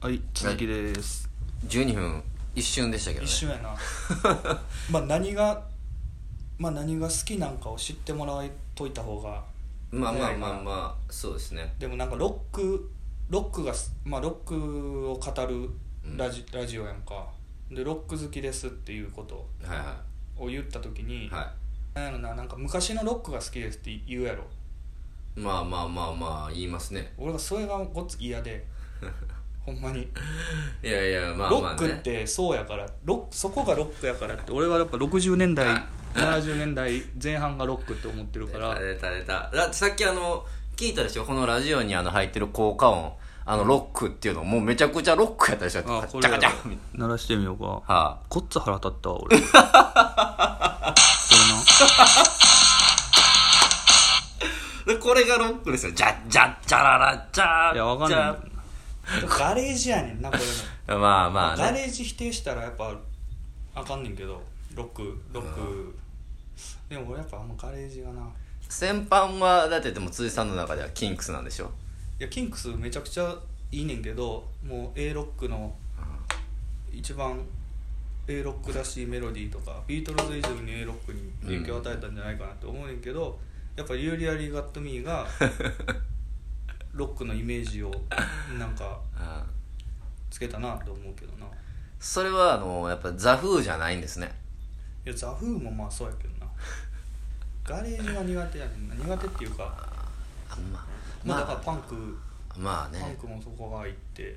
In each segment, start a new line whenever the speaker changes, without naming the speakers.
はい続きです、
12分一瞬でしたけどね
一瞬やな まあ何がまあ何が好きなんかを知ってもらいといた方が
まあまあまあまあそうですね
でもなんかロックロックがすまあロックを語るラジ,、ラジオやんかでロック好きですっていうこと
はいは
を言った時
い
に、
は
なんやろななんか昔のロックが好きですって言うやろ
いまあまあまあまあ言いますね
俺がそれがごっつ嫌 でほんまに
いやいやまあ
ロ
まあ
ッ
ね
クってそうやからロックそこがロックやからって俺はやっぱ60年代70年代前半がロックって思ってるから
出た出ただってさっきあの聞いたでしょこのラジオにあの入ってる効果音あのロックっていうのもうめちゃくちゃロックやったでしょ
あ
チ
こ
ャ
れ
カチャみたい
鳴らしてみようか
なは
こっつ腹立ったわ 俺これ
あ、でこれがロックですよジャッジャッジャララジャー
ないやわかんない
ジ
ガレージやねんなこれも
ャーまあまあ
ガ
ね
レージ否定したらやっぱあかんねんけどロックロックでも俺やっぱあんまガレージがない
先般はだってでも辻さんの中ではキンクスなんでしょ
やキンクスめちゃくちゃいいねんけどもう A ロックの一番 A ロックらしいメロディーとかビートルズ以上に A ロックに影響を与えたんじゃないかなって思うねんけど、やっぱ「ユーリアリー・ガット・ミー」が ロックのイメージをなんか
うん
つけたなと思うけどない
それはあのやっぱザ・フーじゃないんですね
やザ・フーもまあそうやけどなガレージは苦手やねんな苦手っていうか
あまあ
まあ
ま
だから
あ
パンク、
まあ
パン
ね
クもそこが入って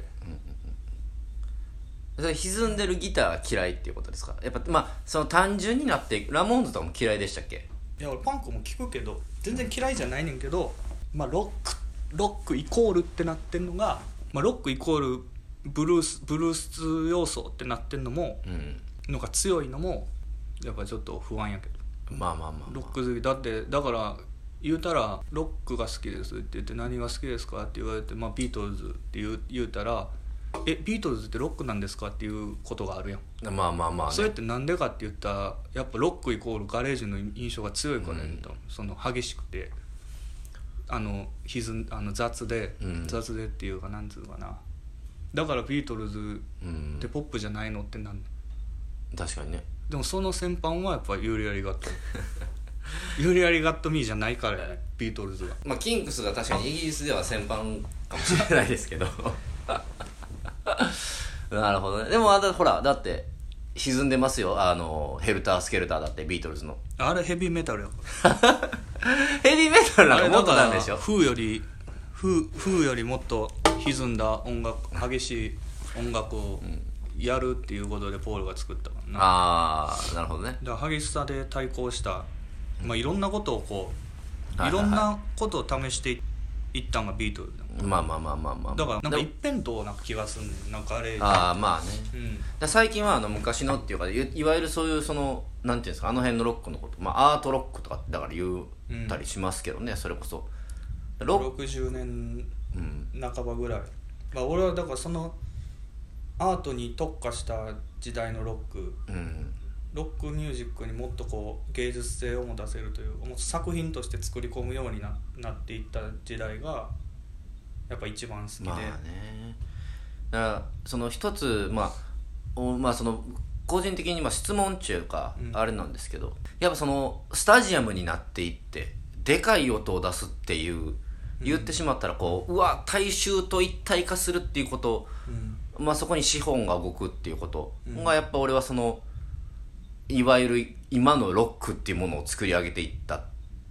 それ歪んでるギター嫌いっていうことですかやっぱまあその単純になってラモーンズとかも嫌いでしたっけ
いや俺パンクも聞くけど全然嫌いじゃないねんけど、まあ、ロックロックイコールってなってんのが、まあ、ロックイコールブルースブルース要素ってなってんのも
うん
のが強いのもやっぱちょっと不安やけど
まあまあまあ、
ロ
ま
ック好きだってだから言うたら「ロックが好きです」って言って「何が好きですか?」って言われて「まあ、ビートルズ」って言う言うたら「えビートルズってロックなんですか?」っていうことがあるやん
あ、まあまあまあ、ね、
それってなんでかって言ったらやっぱロックイコールガレージの印象が強いからやねんと、その激しくてあの歪んあの雑で、
うん
雑でっていうかなんつうかなだからビートルズ
うん
ってポップじゃないのってなんねん
確かにね
でもその先般はやっぱ「ユーリアリガッ ト」「ユーリアリガット・ミー」じゃないからやねビートルズが
まあキンクスが確かにイギリスでは先般かもしれないですけど なるほどねでもあだほらだって歪んでますよあのヘルタースケルターだってビートルズ の
あれヘビーメタルやから
ヘビーメタルなん
あ
か
れ
も
だ
っ
か
となん
ら
でしょ
風より風風よりもっと歪んだ音楽激しい音楽をやるっていうことでポールが作ったからな、
ああなるほどね
だから激しさで対抗した、まあ、いろんなことをこう
はい
い
は
ろ
いはい
んなことを試していったんがビートルズだもん
まあまあまあまあまあ
だからなんか
で
一
も
辺倒な気がすんねんなんかあれ
ああまあね
うん
だ最近はあの昔のっていうかいいわゆるそういうそのなんていうんですかあの辺のロックのこと、まあ、アートロックとかってだから言ったりしますけどね、それこそロック
60年
うん
半ばぐらい、まあ、俺はだからそのアートに特化した時代のロック
うん
ロックミュージックにもっとこう芸術性を持たせるというもう作品として作り込むようにななっていった時代がやっぱ一番好きで、
まあねだからその一つまあおまあその個人的にまあ質問中か、
うん
あれなんですけどやっぱそのスタジアムになっていってでかい音を出すっていう言ってしまったらこう、うわ大衆と一体化するっていうこと
うん
まあ、そこに資本が動くっていうことがやっぱ俺はそのいわゆる今のロックっていうものを作り上げていったっ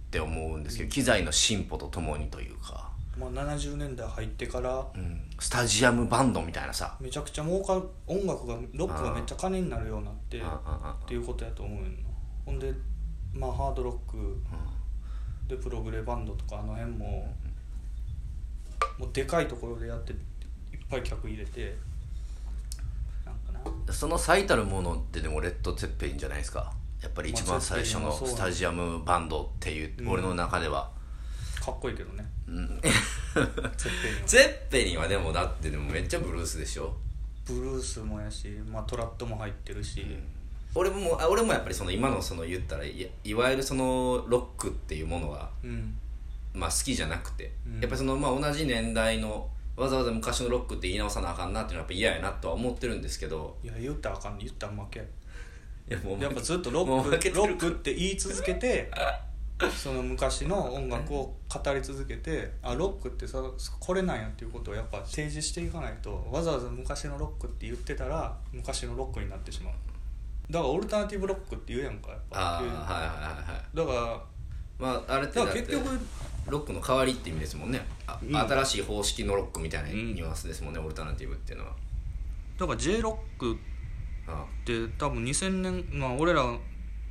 て思うんですけど機材の進歩とともにというか、
まあ、70年代入ってから
うん、スタジアムバンドみたいなさ
めちゃくちゃ儲かる音楽がロックがめっちゃ金になるようになって
うんうんうん
っていうことやと思うよなほんでまあハードロックでプログレバンドとかあの辺ももうでかいところでやっていっぱい客入れてなんかな
その最たるものってでもレッド・ツェッペリンじゃないですかやっぱり一番最初
ま
の
あツェッペリンもそう
スタジアムバンドっていう俺の中では、
かっこいいけど ね
うん、
絶対に
ツェッペリンはでもだってでもめっちゃブルースでしょ
ブルースもやし、まあ、トラットも入ってるし、
俺もあ俺もやっぱりその今のその言ったらいやいわゆるそのロックっていうものが、
うん
まあ、好きじゃなくて、
うん
やっぱりそのまあ同じ年代のわざわざ昔のロックって言い直さなあかんなっていうのはやっぱ嫌やなとは思ってるんですけど
いや言ったらあかんね言ったら負け
いやも
やっぱずっとロ
もう負
ッ
けて
ク
る
ロックって言い続けてその昔の音楽を語り続けてあロックってさこれなんやっていうことをやっぱ提示していかないとわざわざ昔のロックって言ってたら昔のロックになってしまうだからオルタナティブロックって言うやんかやっ
あ
ぱ
あ
言う
はいはいはいはい
だか
まああれって
らだ
だ
か
っ
ら結
て
局
ロックの代わりって意味ですもんねあ、
うん
新しい方式のロックみたいな
うん
ニュアンスですもんね、オルタナティブっていうのは
だから J ロック
あ
って多分2000年まあ俺ら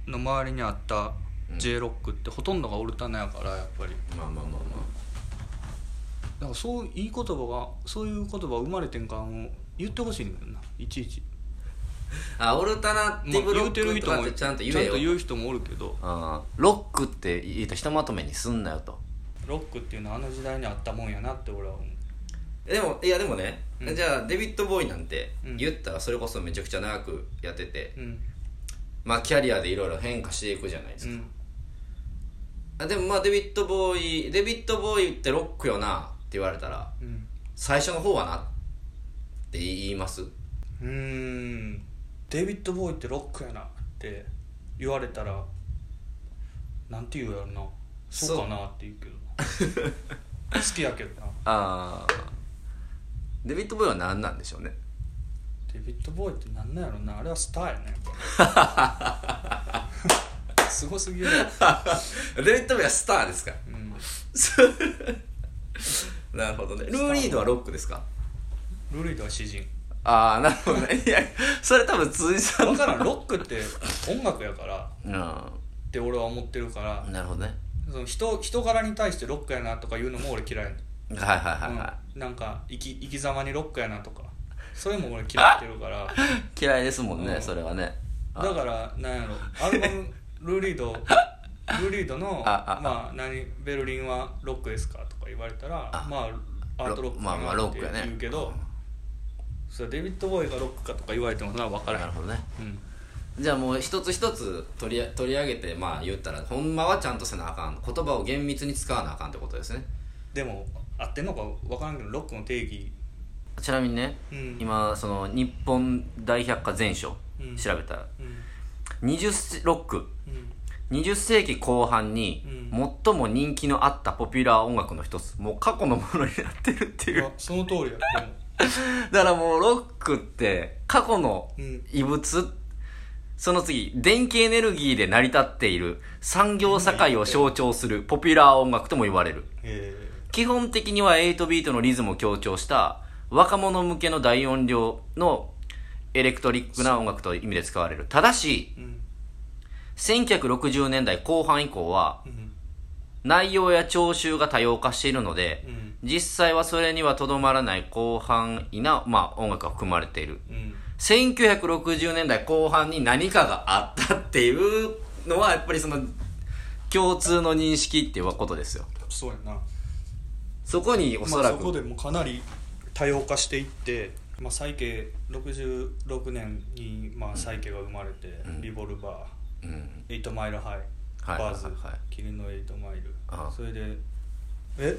の周りにあった J ロックってほとんどがオルタナやからやっぱり
まあまあまあま
だからそういい言葉がそういう言葉生まれてんかを言ってほしいんだよないちいち、
ああオルタナテ
まあ
ィブロッ
言うてる
クと
人
かっ
も
てちゃんと言
ちゃ
え
ん
よ
と言う人もおるけど
あーロックって言うとひとまとめにすんなよと
ロックっていうのはあの時代にあったもんやなって俺は思う
でもいやでもね、
うん
じゃあデビッド・ボーイなんて
うん
言ったらそれこそめちゃくちゃ長くやってて、
うん
まあキャリアでいろいろ変化していくじゃないです
う
か、
ん
あでもまあデビッド・ボーイデビッド・ボーイってロックよなって言われたら
うん
最初の方はなって言います
うーんデイビッド・ボーイってロックやなって言われたらなんて言うやろな
そ
そ
う
うかなって言うけどな好きやけどな
ああデビッド・ボーイは何なんでしょうね
デイビッド・ボーイってなんなんやろなあれはスターやね すごすぎるやろ
デビッド・ボーイはスターですか
うん
なるほどねルー・リードはロックですか
ルリードは詩人
ああなるほど ねいやそれ多分辻さ
だからんロックって音楽やから
うんな
って俺は思ってるから
るほどね
その人人柄に対してロックやなとか言うのも俺嫌いやねん
はいはいはいはい、
うん、なんか生き生き様にロックやなとかそれも俺嫌ってるから
嫌いですもんね、
うん
それはねあ
だからなんやろアルバム「ルーリード」「ルーリードの」
ああ
まあ何「ベルリンはロックですか?」とか言われたら
あ
まあアートロック
まあまあロックや
かなって
ね
言うけど、それデビッド・ボーイがロックかとか言われてもそんなの分からへ
なんる、ほどね
うん、
じゃあもう一つ一つ取り取り上げてまあ言ったらほんまはちゃんとせなあかん言葉を厳密に使わなあかんってことですね
でも合ってんのか分からんけどロックの定義
ちなみにね、
うん
今その日本大百科全書
うん
調べたら、
うん
20ロック
うん
20世紀後半に
う
最も人気のあったポピュラー音楽の一つもう過去のものになってるっていう
あその通りやでも
だからもうロックって過去の
うん
異物、その次電気エネルギーで成り立っている産業社会を象徴するポピュラー音楽とも言われる
え
基本的には8ビートのリズムを強調した若者向けの大音量のエレクトリックな音楽という意味で使われるただし
ーうん
1960年代後半以降は
うん
内容や聴衆が多様化しているので
うん
実際はそれにはとどまらない広範囲な、まあ、音楽が含まれている
うん
1960年代後半に何かがあったっていうのはやっぱりその共通の認識っていうことですよ
そうやな
そこにおそら
まあ、そ
く、
こでもうかなり多様化していって、まあ、サイケ66年に、まあ、サイケが生まれて、リボルバ
うん、
ー8マイルハイ、
はい
バーズ、
はいはい
キリンの8マイル
ああ
それでえ